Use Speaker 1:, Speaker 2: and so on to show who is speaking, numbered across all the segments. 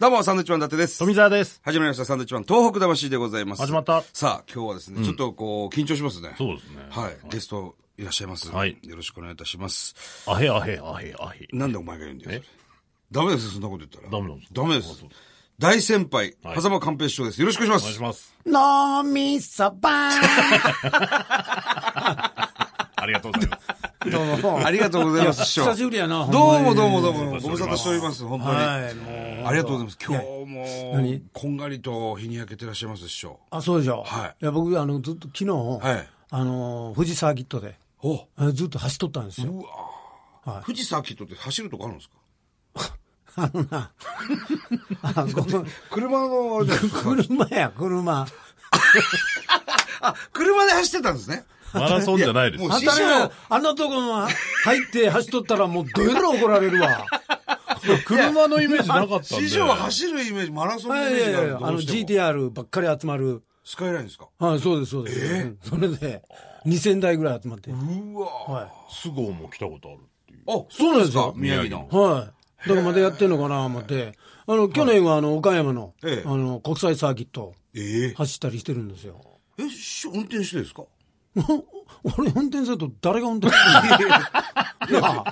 Speaker 1: どうも、サンドウィッチマン伊達です。
Speaker 2: 富澤です。
Speaker 1: 始まりました、サンドウィッチマン東北魂でございます。
Speaker 2: 始まった
Speaker 1: さあ、今日はですね、ちょっとこう、緊張しますね。
Speaker 2: そうですね
Speaker 1: はい。ゲストいらっしゃいます。
Speaker 2: はい
Speaker 1: よろしくお願いいたします。
Speaker 2: あへあへあへあへ。
Speaker 1: なんでお前が言うんだよ
Speaker 2: え。
Speaker 1: それダメですよ、そんなこと言ったら。
Speaker 2: ダメなんですか
Speaker 1: ダメです。大先輩、
Speaker 2: はい
Speaker 1: 狭間寛平師匠です。よろしくお願い
Speaker 2: お願い
Speaker 1: し
Speaker 2: し
Speaker 1: ます。
Speaker 2: ます。
Speaker 3: 脳みそば
Speaker 2: ありがとうござい ます。
Speaker 3: どうも。
Speaker 1: ありがとうございます、師匠。
Speaker 3: 久しぶりやな、
Speaker 1: どうもどうも
Speaker 3: も。
Speaker 1: どうも、ご無沙汰しております、本当に。
Speaker 3: はい、もう。
Speaker 1: ありがとうございます。今日も
Speaker 3: 何、
Speaker 1: こんがりと日に焼けてらっしゃいます、師匠。
Speaker 3: あ、そうでしょ。
Speaker 1: はい
Speaker 3: いや、僕、あの、ずっと昨日、
Speaker 1: い
Speaker 3: あの、富士サーキットで、
Speaker 1: お
Speaker 3: あずっと走っとったんですよ。
Speaker 1: 富士サーキットって走るとこあるんですか
Speaker 3: あのな、あごめん
Speaker 1: 車のあれじゃないですか。
Speaker 3: 車や、車。
Speaker 1: あ、車で走ってたんですね。
Speaker 2: マラソンじゃないです
Speaker 1: いや。も
Speaker 3: あん
Speaker 1: 師匠
Speaker 3: たね、あんなとこの入って走っとったら、もうどえらい怒られ るわ。
Speaker 2: 車のイメージなかったんで。
Speaker 1: 師匠は走るイメージ、マラソン
Speaker 3: い
Speaker 1: のイメ
Speaker 3: や
Speaker 1: ー
Speaker 3: い
Speaker 1: ジが
Speaker 3: や
Speaker 1: あ
Speaker 3: い
Speaker 1: る
Speaker 3: や、
Speaker 1: ど
Speaker 3: あの
Speaker 1: うしても
Speaker 3: GTR ばっかり集まる。
Speaker 1: スカイラインですか
Speaker 3: はい、そうです、そうです。うんそれで、2000台ぐらい集まって。
Speaker 1: うわ
Speaker 3: はい。
Speaker 2: すぐも来たことあるっていう。
Speaker 1: あ、
Speaker 3: そうなんですか
Speaker 1: 宮城の。
Speaker 3: はい。だからまだやってんのかな思って。あの、去年はあの、岡山の、あ
Speaker 1: ええ
Speaker 3: の、国際サーキット、
Speaker 1: ええ。
Speaker 3: 走ったりしてるんですよ。
Speaker 1: え、師匠運転してです か
Speaker 3: 俺運転すると誰が運転する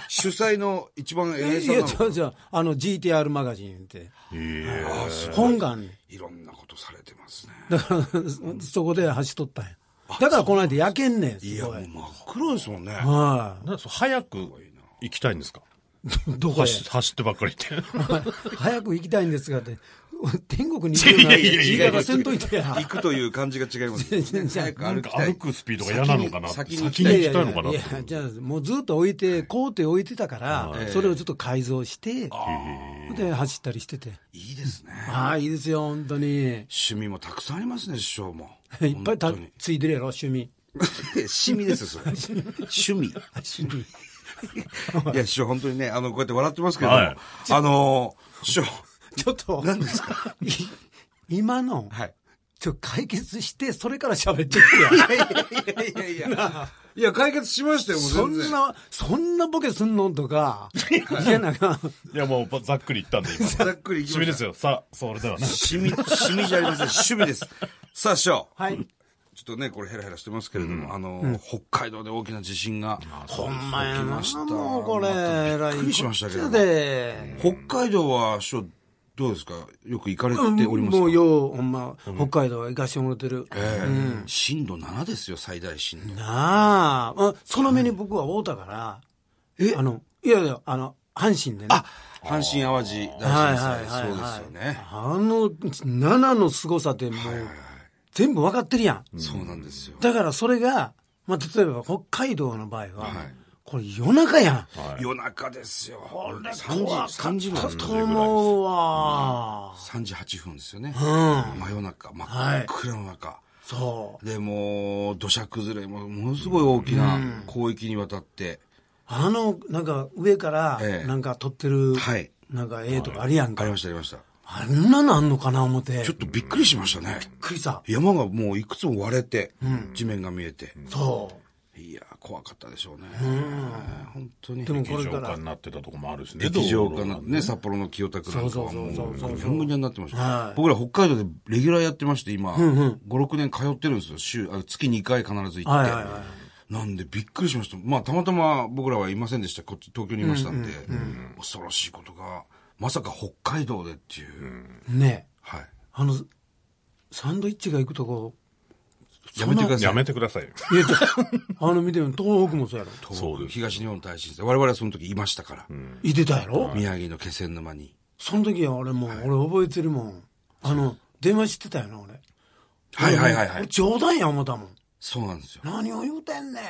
Speaker 1: 主催の一番
Speaker 3: の
Speaker 1: 偉い
Speaker 3: い
Speaker 1: さん
Speaker 3: や、
Speaker 1: なの
Speaker 3: 違う違う。あの、GTR マガジンって、
Speaker 2: ええ。
Speaker 3: 本があんねん
Speaker 1: いろんなことされてますね。
Speaker 3: だから、 そそこで走っとったんや。だからこの間焼けんねん、
Speaker 1: い
Speaker 3: す
Speaker 1: や、
Speaker 3: ご
Speaker 1: もう
Speaker 3: い。
Speaker 1: 真っ黒ですもんね。
Speaker 3: はい。
Speaker 2: なんかそう早く行きたいんですか
Speaker 3: どこへ
Speaker 2: 走走ってばっかり行って。
Speaker 3: 早く行きたいんですがって。天国に行くような
Speaker 2: やいやいや
Speaker 3: 言い方せんといてや。
Speaker 1: 行くという感じが違いますね。早く
Speaker 2: なん
Speaker 1: 歩
Speaker 2: か
Speaker 1: きたい
Speaker 2: 歩。くスピードが嫌なのかな
Speaker 1: 先
Speaker 2: 先
Speaker 1: に
Speaker 2: に
Speaker 1: 先に行
Speaker 2: 行
Speaker 1: きた
Speaker 2: きた
Speaker 1: い
Speaker 2: いのかなっ
Speaker 3: い
Speaker 2: て
Speaker 3: や、じゃあ、もうずっと置いて、工程置いてたから、それをちょっと改造して、で、走ったりしてて。
Speaker 1: いいですね。
Speaker 3: ああ、いいですよ、本当に。
Speaker 1: 趣味もたくさんありますね、師匠も。
Speaker 3: いっぱいた
Speaker 1: 本当に
Speaker 3: ついでるやろ、趣味。
Speaker 1: 趣味ですよ、それ。 趣味。
Speaker 3: 趣味。
Speaker 1: いや、師匠、本当にね、あの、こうやって笑ってますけれども、
Speaker 2: はい
Speaker 1: あのー、師匠、
Speaker 3: ちょっと、
Speaker 1: 何ですか
Speaker 3: い今の、
Speaker 1: はい。
Speaker 3: ちょっと解決して、それから喋ってってや。
Speaker 1: いやいやいや。いや、解決しましたよ、もう
Speaker 3: そ
Speaker 1: 全
Speaker 3: ん
Speaker 1: 然。
Speaker 3: な、そんなボケすんのとか、いや、なんか、
Speaker 2: いや、もうざっくり言ったんで、今。
Speaker 1: ざっくりいき
Speaker 2: 趣
Speaker 1: まし
Speaker 2: 味で
Speaker 1: た
Speaker 2: すよ。さあ、それではね。
Speaker 1: 趣味、趣味じゃありません。趣味 です。さあ、師匠。
Speaker 3: はい。
Speaker 1: ちょっとね、これヘラヘラしてますけれども、あの、北海道で大きな地震が、
Speaker 3: ほんまやな、
Speaker 1: 起きました
Speaker 3: もうこれ、
Speaker 1: またびっくりしましたけども
Speaker 3: で、
Speaker 1: 北海道は、師匠、どうですかよく行かれておりますか、
Speaker 3: もうよう、ほんま、北海道は行かしてもらってる。
Speaker 1: ええ震度7ですよ、最大震度。
Speaker 3: なああ、その目に僕は会うたから、
Speaker 1: え
Speaker 3: あの、いやいや、あの、阪神でね。
Speaker 1: あ阪神・淡路
Speaker 3: はい
Speaker 1: 大震
Speaker 3: は
Speaker 1: 災、
Speaker 3: いはい、
Speaker 1: そうで
Speaker 3: はい
Speaker 1: すよね。
Speaker 3: あの、7の凄さでもう、全部分かってるやん。
Speaker 1: そうなんですよ。
Speaker 3: だからそれが、まあ、例えば北海道の場合は、
Speaker 1: はい
Speaker 3: これ夜中やん。
Speaker 1: 夜中ですよ。
Speaker 3: 怖
Speaker 1: 3
Speaker 3: かっ
Speaker 1: 時、3時ぐらい
Speaker 3: た
Speaker 1: です
Speaker 3: と
Speaker 1: ね
Speaker 3: 思うわ。
Speaker 1: 3時8分ですよね。
Speaker 3: ん
Speaker 1: 真夜中、真
Speaker 3: は
Speaker 1: っ
Speaker 3: い
Speaker 1: 暗の中。
Speaker 3: そう。
Speaker 1: で、もう土砂崩れも、ものすごい大きな広域にわたって、
Speaker 3: あの、なんか上から
Speaker 1: ええ、
Speaker 3: なんか撮ってる、
Speaker 1: はい
Speaker 3: なんか絵とかあるやん
Speaker 1: あ
Speaker 3: か。
Speaker 1: りました、ありました。
Speaker 3: あんなのあんのかな思って。
Speaker 1: ちょっとびっくりしましたね。
Speaker 3: びっくりさ。
Speaker 1: 山がもういくつも割れて、地面が見えて。
Speaker 3: そ
Speaker 1: いやー、怖かったでしょうね。本当に
Speaker 3: う。で。もこ
Speaker 2: 劇
Speaker 3: れか
Speaker 2: 場化
Speaker 3: ら。
Speaker 2: になってたとこもあるしね。
Speaker 1: 劇場か
Speaker 2: 道
Speaker 1: な、
Speaker 2: 路が
Speaker 1: ね、札幌の清田区なんかはもう、ぐ
Speaker 3: そうそうそうそう
Speaker 1: にゃぐにゃになってました、
Speaker 3: はい
Speaker 1: 僕ら北海道でレギュラーやってまして、今、5、6年通ってるんですよ。週、あ月2回必ず行って。
Speaker 3: はいはいは
Speaker 1: なんでびっくりしました。まあ、たまたま僕らはいませんでした。こっち、東京にいましたんで、恐ろしいことが、まさか北海道でっていう。
Speaker 3: ねえ
Speaker 1: はい。
Speaker 3: あの、サンドイッチが行くとこ、
Speaker 1: やめてください。
Speaker 2: やめてくださいよ。
Speaker 3: いや、ちょあの見てみ、東北もそうやろ。
Speaker 1: そうです。東日本大震災。我々はその時いましたから。
Speaker 3: いてたやろ
Speaker 1: 宮城の気仙沼に。
Speaker 3: その時は俺もう、俺覚えてるもん。あの、電話してたよな、俺。
Speaker 1: はいはいはいは
Speaker 3: 俺
Speaker 1: い。
Speaker 3: 冗談や思ったもん。
Speaker 1: そうなんですよ。
Speaker 3: 何を言うてんねん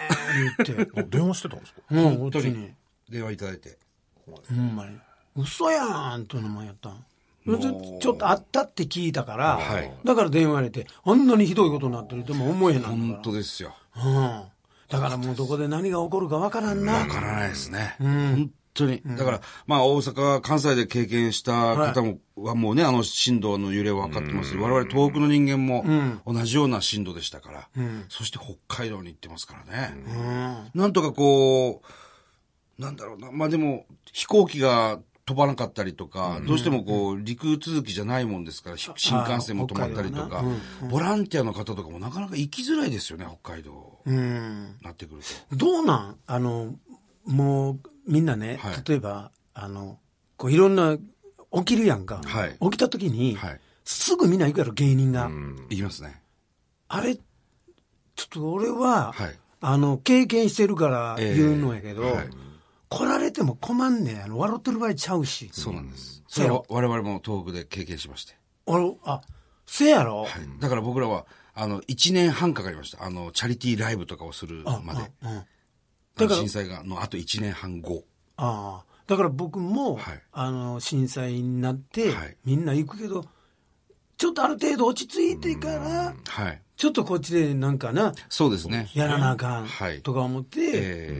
Speaker 3: 言 って。
Speaker 2: あ電話してたんですか
Speaker 3: うん、こっちに。
Speaker 1: 電話いただいて。
Speaker 3: ほんまに。嘘やんというのもんやったん。ちょちょっとあったって聞いたから、
Speaker 1: はい
Speaker 3: だから電話入れて、あんなにひどいことになってるとも思えへんな
Speaker 1: 本
Speaker 3: んだか
Speaker 1: 当ですよ。
Speaker 3: ら。うん。だからもうどこで何が起こるかわからんな
Speaker 1: わ。からないですね。本当に。だから、まあ、大阪、関西で経験した方も、はもうね、あの震度の揺れは分かってますし我々東北の人間も同じような震度でしたから、そして北海道に行ってますからね。なんとかこう、なんだろうな、まあでも、飛行機が飛ばなかったりとか、どうしてもこう、陸続きじゃないもんですから、ひ新幹線も止まったりと
Speaker 3: あ
Speaker 1: か
Speaker 3: ー北海道は、
Speaker 1: ボランティアの方とかもなかなか行きづらいですよね、北海道。
Speaker 3: うん。
Speaker 1: なってくると。
Speaker 3: どうなんあの、もう、みんなね、
Speaker 1: はい
Speaker 3: 例えば、あの、こういろんな、起きるやんか。
Speaker 1: はい
Speaker 3: 起きた時に、
Speaker 1: はい
Speaker 3: すぐみんな行くやろ、芸人が。
Speaker 1: 行きますね。
Speaker 3: あれ、ちょっと俺は、
Speaker 1: はい
Speaker 3: あの、経験してるから言うのやけど、
Speaker 1: ええはい
Speaker 3: 来られても困んねん。あの、笑ってる場合ちゃうし。
Speaker 1: そうなんです。それは我々も東北で経験しまして。
Speaker 3: 俺、あ、せやろ、
Speaker 1: はいだから僕らは、あの、1年半かかりました。あの、チャリティーライブとかをする
Speaker 3: あ
Speaker 1: まで。
Speaker 3: あうん
Speaker 1: あの
Speaker 3: だから
Speaker 1: 震災が、の、あと1年半後。
Speaker 3: ああ。だから僕も、
Speaker 1: はい
Speaker 3: あの、震災になって、
Speaker 1: はい
Speaker 3: みんな行くけど、ちょっとある程度落ち着いてから、
Speaker 1: はい。
Speaker 3: ちょっとこっちでなんかな、
Speaker 1: そうですね。
Speaker 3: やらなあかん
Speaker 1: はい
Speaker 3: とか思って、
Speaker 1: え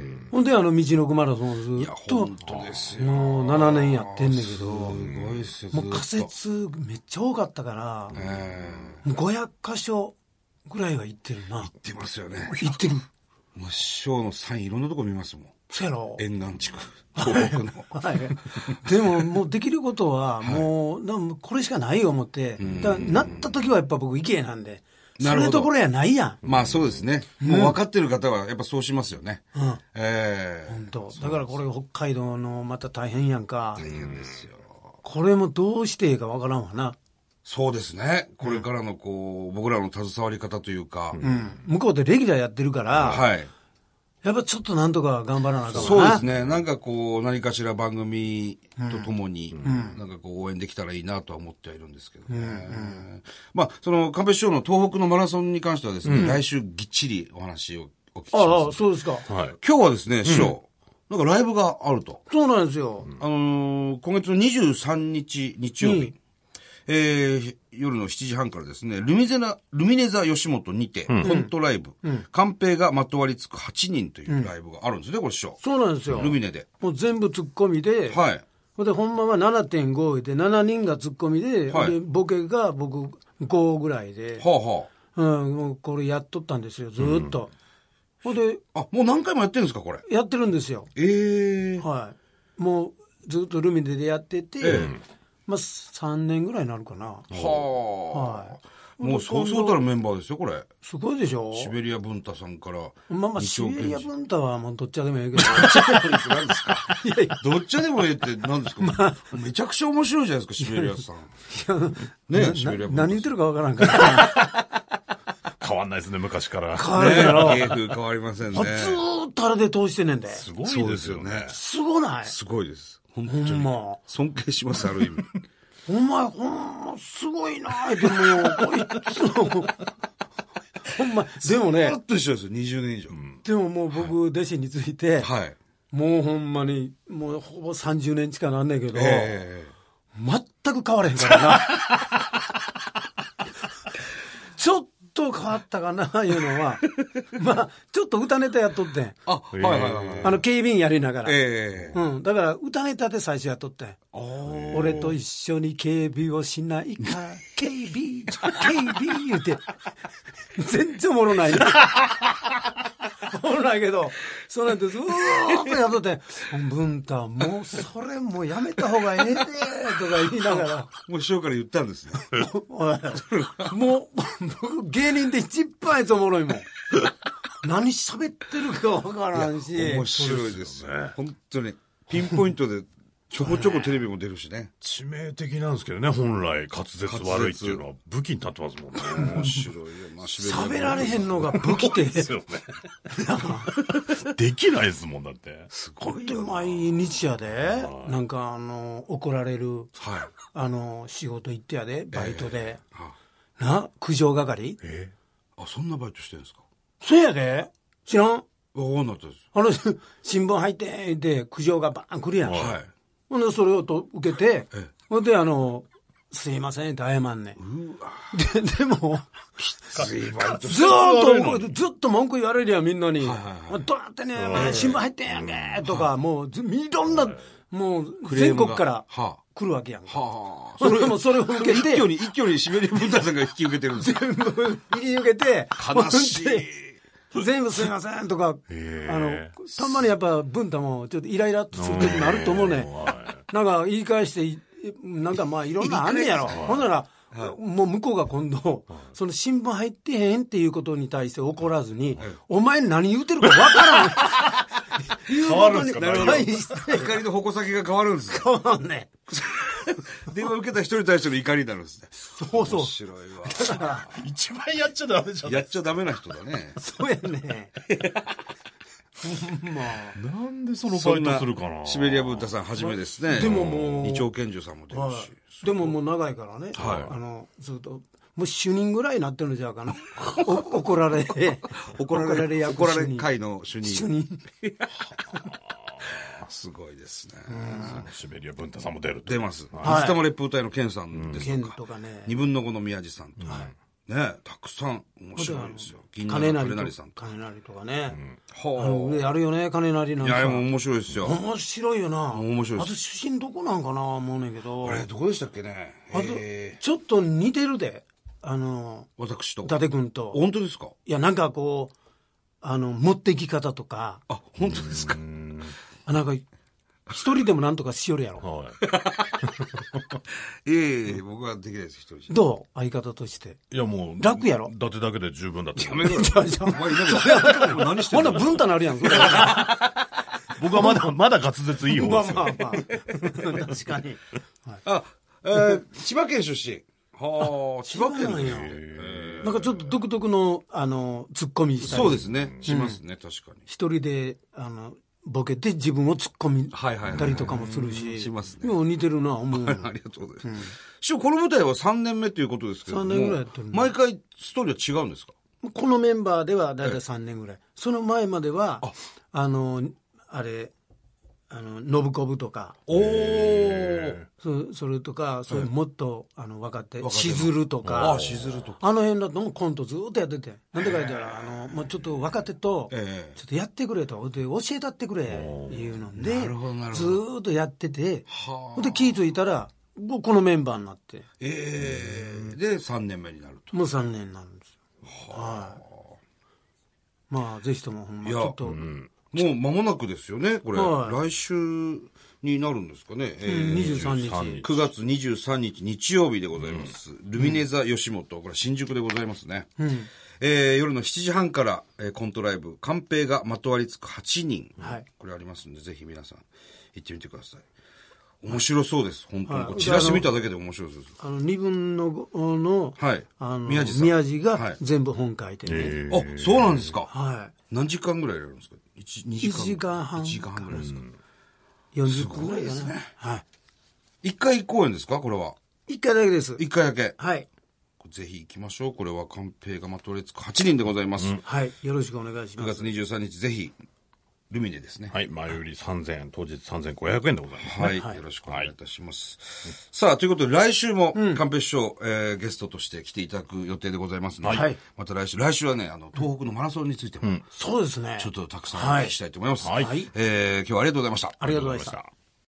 Speaker 1: え
Speaker 3: ほんであの、道のくマラソンをず
Speaker 1: いや、
Speaker 3: っと、
Speaker 1: 本当ですよ。
Speaker 3: もう7年やってんだけ
Speaker 1: すご
Speaker 3: ど、
Speaker 1: いですよ。ず
Speaker 3: も
Speaker 1: っ
Speaker 3: う
Speaker 1: と
Speaker 3: 仮。説めっちゃ多かったから、
Speaker 1: ええ
Speaker 3: もう500箇所ぐらいは行ってるな。
Speaker 1: 出ますよね。
Speaker 3: 行ってる。
Speaker 1: もう師匠のサインいろんなとこ見ますもん。
Speaker 3: せやろ
Speaker 1: 沿岸地区。 東北の。
Speaker 3: はい、でももうできることはもう、でもこれしかないよ思ってだからなった時はやっぱ僕意見なんで
Speaker 1: な
Speaker 3: そ
Speaker 1: るほ
Speaker 3: れ
Speaker 1: ど
Speaker 3: どころやないやん
Speaker 1: まあそうですね。もう分かってる方はやっぱそうしますよね。
Speaker 3: うん
Speaker 1: ええ
Speaker 3: 本当だからこれ北海道のまた大変やんか
Speaker 1: 大変ですよ。
Speaker 3: これもどうしていいかわからんわな、
Speaker 1: そうですね。これからのこう、僕らの携わり方というか。
Speaker 3: 向こうでレギュラーやってるから、
Speaker 1: はい。
Speaker 3: やっぱちょっとなんとか頑張らなあかんわな
Speaker 1: そうですね。なんかこう、何かしら番組とともに、なんかこう、応援できたらいいなとは思ってはいるんですけどね。まあ、その、壁師匠の東北のマラソンに関してはですね、来週ぎっちりお話をお聞きします。
Speaker 3: ああそうですか、
Speaker 2: はい。
Speaker 1: 今日はですね、師匠、なんかライブがあると。
Speaker 3: そうなんですよ、
Speaker 1: あのー今月の23日、日曜日、
Speaker 3: うん
Speaker 1: えー夜の7時半からですね、ルミゼナ、ルミネザ吉本にて、コントライブ、カンペがまとわりつく8人というライブがあるんですね、これ師匠。
Speaker 3: そうなんですよ
Speaker 1: ルミネで。
Speaker 3: もう全部ツッコミで、
Speaker 1: はい。
Speaker 3: ほんで、ほんまは7.5で、7人がツッコミで、
Speaker 1: はい
Speaker 3: でボケが僕5ぐらいで、
Speaker 1: はあは
Speaker 3: うん、もうこれやっとったんですよ、ずーっと。ほんで、
Speaker 1: あ。あ、もう何回もやってるんですか、これ。
Speaker 3: やってるんですよ。
Speaker 1: ええ
Speaker 3: はい。もう、ずっとルミネでやってて、
Speaker 1: ええ
Speaker 3: まあ、3年ぐらいになるかな。
Speaker 1: はあ。
Speaker 3: はい。
Speaker 1: もうそうそうたるメンバーですよ、これ。
Speaker 3: すごいでしょ
Speaker 1: シベリア文太さんから。
Speaker 3: まあまあ、シ ベリア文太はもうどっちでもいいけど。
Speaker 1: 何ですかどっちでもええって何 ですか、めちゃくちゃ面白いじゃないですか、シベリアさん。ねえ、シベリア文太さ
Speaker 3: な
Speaker 1: ん。
Speaker 3: 何言ってるかわからんから。
Speaker 2: 変わんないですね、昔から。
Speaker 3: 変わるだろ。
Speaker 1: ねえ芸風変わりませんね
Speaker 3: もう。ずーっとあれで通してねんで。
Speaker 2: すごいですよ
Speaker 1: そう
Speaker 2: ね
Speaker 1: で。
Speaker 3: すごない
Speaker 1: すごいです。本当
Speaker 3: ほん
Speaker 1: に。
Speaker 3: ま。
Speaker 1: 尊敬します、あ る意味。
Speaker 3: お前ほんますごいなぁでもよこいつもほんまで
Speaker 1: ず
Speaker 3: もね
Speaker 1: っと一緒ですよ、20年以上。
Speaker 3: でももう僕弟子について、
Speaker 1: はい。
Speaker 3: もうほんまにもうほぼ30年近くなんねんけど、
Speaker 1: ええ
Speaker 3: 全く変われへんからな ちょっと変わったかないうのはまあちょっと歌ネタやっとってん
Speaker 1: あ、はいはいはいはい。
Speaker 3: あの警備員やりながら、
Speaker 1: ええ
Speaker 3: うん、だから歌ネタで最初やっとってん俺と一緒に警備をしないか、警備、警備言うて、全然おもろないな。おもろないけど、そうなんです、うーっとやっとって、文太、もうそれもうやめた方がええで、とか言いながら、
Speaker 1: もう師匠から言ったんですね。
Speaker 3: おいもう、僕芸人で一番あいつおもろいもん。何喋ってるかわからんし。
Speaker 1: 面白いですよね。本当に。ピンポイントで、ちょこちょこテレビも出るしね。
Speaker 2: 致命的なんですけどね、本来、滑舌悪いっていうのは武器に立ってますもんね。
Speaker 1: 面白いよな、シベリア
Speaker 3: 喋られへんのが武器で。
Speaker 2: ですよね。できないですもん、だって。
Speaker 1: すごい
Speaker 3: で
Speaker 1: よな。
Speaker 3: 毎日やで、なんかあの怒られる、
Speaker 1: はい。
Speaker 3: あの仕事行ってやで、バイトで、
Speaker 1: あ、
Speaker 3: な、苦情係、
Speaker 2: え
Speaker 1: あそんなバイトしてるんですか
Speaker 3: そやで、知らん
Speaker 1: わかんなかったです。
Speaker 3: あの 新聞入って、で、苦情がバーン来るやん、
Speaker 1: はい。
Speaker 3: ほんで、それをと受けて
Speaker 1: ええ、
Speaker 3: ほんで、あのすいませんって謝んねん。ででも、
Speaker 1: ずいバイト。
Speaker 3: ずーっと、ずっと文句言われるやん、みんなに。
Speaker 1: はいは
Speaker 3: どうなってんねん、新聞入ってんやんけとか、もうず、いろんな、もう、全国から
Speaker 1: は
Speaker 3: 来るわけやんか。
Speaker 1: あ。はあ。
Speaker 3: それでも それを受け
Speaker 1: 一
Speaker 3: て、
Speaker 1: 挙に、一挙にシベリア文太さんが引き受けてるんですか
Speaker 3: 切り受けて、
Speaker 1: 悲しい
Speaker 3: ほんで。全部すいませんとか、あの
Speaker 2: へ、
Speaker 3: たまにやっぱ文太もちょっとイライラする時もあると思うね。
Speaker 2: は
Speaker 3: なんか言い返してい、なんかまあいろんなあんねやろ。ほんなら、もう向こうが今度、その新聞入ってへんっていうことに対して怒らずに、お前何言うてるかわからん。言う
Speaker 2: 変わる
Speaker 3: こ
Speaker 2: ん
Speaker 3: と
Speaker 2: す
Speaker 3: に
Speaker 2: か
Speaker 3: 対して、
Speaker 1: 怒りの矛先が変わるんですよ。
Speaker 3: こうね。
Speaker 1: 電話受けた人に対しての怒りになるんですね。
Speaker 3: そうそう
Speaker 1: 面。白いわ。
Speaker 2: 一番やっちゃダメじゃん。
Speaker 1: やっちゃダメな人だね。
Speaker 3: そうやね。ほんま。
Speaker 2: なんでその
Speaker 1: そ
Speaker 2: バ
Speaker 1: ん
Speaker 2: イ
Speaker 1: な
Speaker 2: トするかな。
Speaker 1: シベリアブータさんはじめですね。
Speaker 3: でももう
Speaker 1: 二丁拳銃さんも出る
Speaker 3: は
Speaker 1: し。
Speaker 3: い、でももう長いからね、あのずっと、もう主任ぐらいになってるんじゃうかな、 お怒られ、怒られ役
Speaker 1: 怒ら
Speaker 3: 主
Speaker 1: れ
Speaker 3: 任、
Speaker 1: 会の主
Speaker 3: 主
Speaker 1: 任。
Speaker 3: 任、
Speaker 1: すごいですね。
Speaker 2: そのシベリア文太さんも出ると
Speaker 1: 出ます。
Speaker 3: い
Speaker 1: 水玉烈風隊のケンさんです
Speaker 3: 県
Speaker 1: とか。
Speaker 3: とかね、
Speaker 1: 二分の五の宮地さんとか。ねたくさん面白いですよ。銀座の金成さんとか。
Speaker 3: 金成とかね、あの
Speaker 1: ほう
Speaker 3: 上やるよね、金成なん
Speaker 1: いや、でも
Speaker 3: か。
Speaker 1: 面白いですよ。
Speaker 3: 面白いよな。
Speaker 1: 面白い
Speaker 3: あ
Speaker 1: で
Speaker 3: と
Speaker 1: す
Speaker 3: 出身どこなんかな思うねんけど。
Speaker 1: あれ、どこでしたっけね。
Speaker 3: あと
Speaker 1: え
Speaker 3: ちょっと似てるで。あの、
Speaker 1: ー私と
Speaker 3: 伊。達君と。
Speaker 1: 本当ですか
Speaker 3: いや、なんかこう、あの、持ってき方とか、
Speaker 1: あ、本当ですか
Speaker 3: あなんか、一人でもなんとかしよるやろ。
Speaker 2: は
Speaker 1: ええ、僕はできないです、一人じゃ。
Speaker 3: どう相方として。
Speaker 2: い。いやもう。
Speaker 3: 楽やろ
Speaker 2: だってだけで十分だって。
Speaker 1: めろよ。お前何 何して
Speaker 3: ほ
Speaker 1: ん
Speaker 3: んな
Speaker 1: の
Speaker 3: ら文太な るやん。これま
Speaker 2: 僕はまだ、まだ滑舌いい
Speaker 3: あ
Speaker 2: 方
Speaker 3: ま
Speaker 2: ですよ。
Speaker 3: あまあ。確かに。
Speaker 1: あ、えー、 千葉県出身。はあ、千葉
Speaker 3: そう
Speaker 1: 県
Speaker 3: な
Speaker 1: なんん
Speaker 3: や
Speaker 1: や。。
Speaker 3: なんかちょっと独特の、あの、突っ込みしたり。
Speaker 1: そうですね。しますね、確かに。
Speaker 3: 一人で、あの、ボケて自分を突っ込みたりとかもする
Speaker 1: うん
Speaker 3: し。
Speaker 1: しますね
Speaker 3: でも似てるな、思 う。
Speaker 1: ありがとうございます。師匠、この舞台は3年目ということですけれども。
Speaker 3: 三年ぐらいやってるね
Speaker 1: 毎回ストーリーは違うんですか
Speaker 3: このメンバーでは大体3年ぐらい、その前まではあのあれあの信子部とか
Speaker 1: おー。
Speaker 3: そそれとかそういうもっと、あの若手しずるとか
Speaker 1: あ、しずるとか。
Speaker 3: あの辺だともうコントずっとやっててなんでか言ったらあのもうちょっと若手と、
Speaker 1: ええ
Speaker 3: ちょっとやってくれとで教えたってくれいうので
Speaker 1: るほどなるほど
Speaker 3: ずーっとやってて
Speaker 1: は
Speaker 3: で気付いたらもうこのメンバーになって
Speaker 1: ええで、3年目になると。
Speaker 3: もう3年になるんですよはいまあぜひともほんま
Speaker 1: い
Speaker 3: ち
Speaker 1: や
Speaker 3: ょっと、
Speaker 1: もう間もなくですよね、これ。
Speaker 3: は
Speaker 1: 来週になるんですかね。えー
Speaker 3: 23日。
Speaker 1: 9月23日日曜日でございます。ルミネ座吉本、これは新宿でございますね。えー夜の7時半から、えーコントライブ、カンペイがまとわりつく8人。
Speaker 3: はい
Speaker 1: これありますんで、ぜひ皆さん行ってみてください。面白そうです、本当に。
Speaker 3: はい
Speaker 1: これチラシ見ただけで面白そうです。
Speaker 3: あの、二分の五の、
Speaker 1: はい
Speaker 3: あの、宮
Speaker 1: 宮
Speaker 3: 地
Speaker 1: 地さんは
Speaker 3: が
Speaker 1: い
Speaker 3: 全部本書いてね。
Speaker 1: あ、そうなんですか。
Speaker 3: は
Speaker 1: 何時間ぐらいやるんですか ?1、2時間。
Speaker 3: 一時間半
Speaker 1: 一時間半ぐらいですか。
Speaker 3: い。40分ぐらいか
Speaker 1: すご
Speaker 3: な。
Speaker 1: いですね
Speaker 3: は
Speaker 1: 一回公演ですかこれは。
Speaker 3: い。一回だけです。
Speaker 1: 一回だけ。
Speaker 3: はい。
Speaker 1: ぜひ行きましょう。これはカンペイがまとわりつく8人でございます。
Speaker 3: はい。よろしくお願いし
Speaker 1: 9
Speaker 3: ま
Speaker 1: 月
Speaker 3: す。
Speaker 1: 23日、ぜひ、ルミネですね。
Speaker 2: はい。前売り3000円、当日3500円でございます。
Speaker 1: はい。よろしくお願いいたします。さあ、ということで、来週も、寛平師匠、えーゲストとして来ていただく予定でございますので、
Speaker 3: はい
Speaker 1: また来週、来週はね、あの、東北のマラソンについても、
Speaker 3: そうですね。
Speaker 1: ちょっとたくさんお聞きしたいと思います。
Speaker 2: はい
Speaker 3: はい
Speaker 1: えー今日はありがとうございました。
Speaker 3: ありがとうございました。
Speaker 2: た。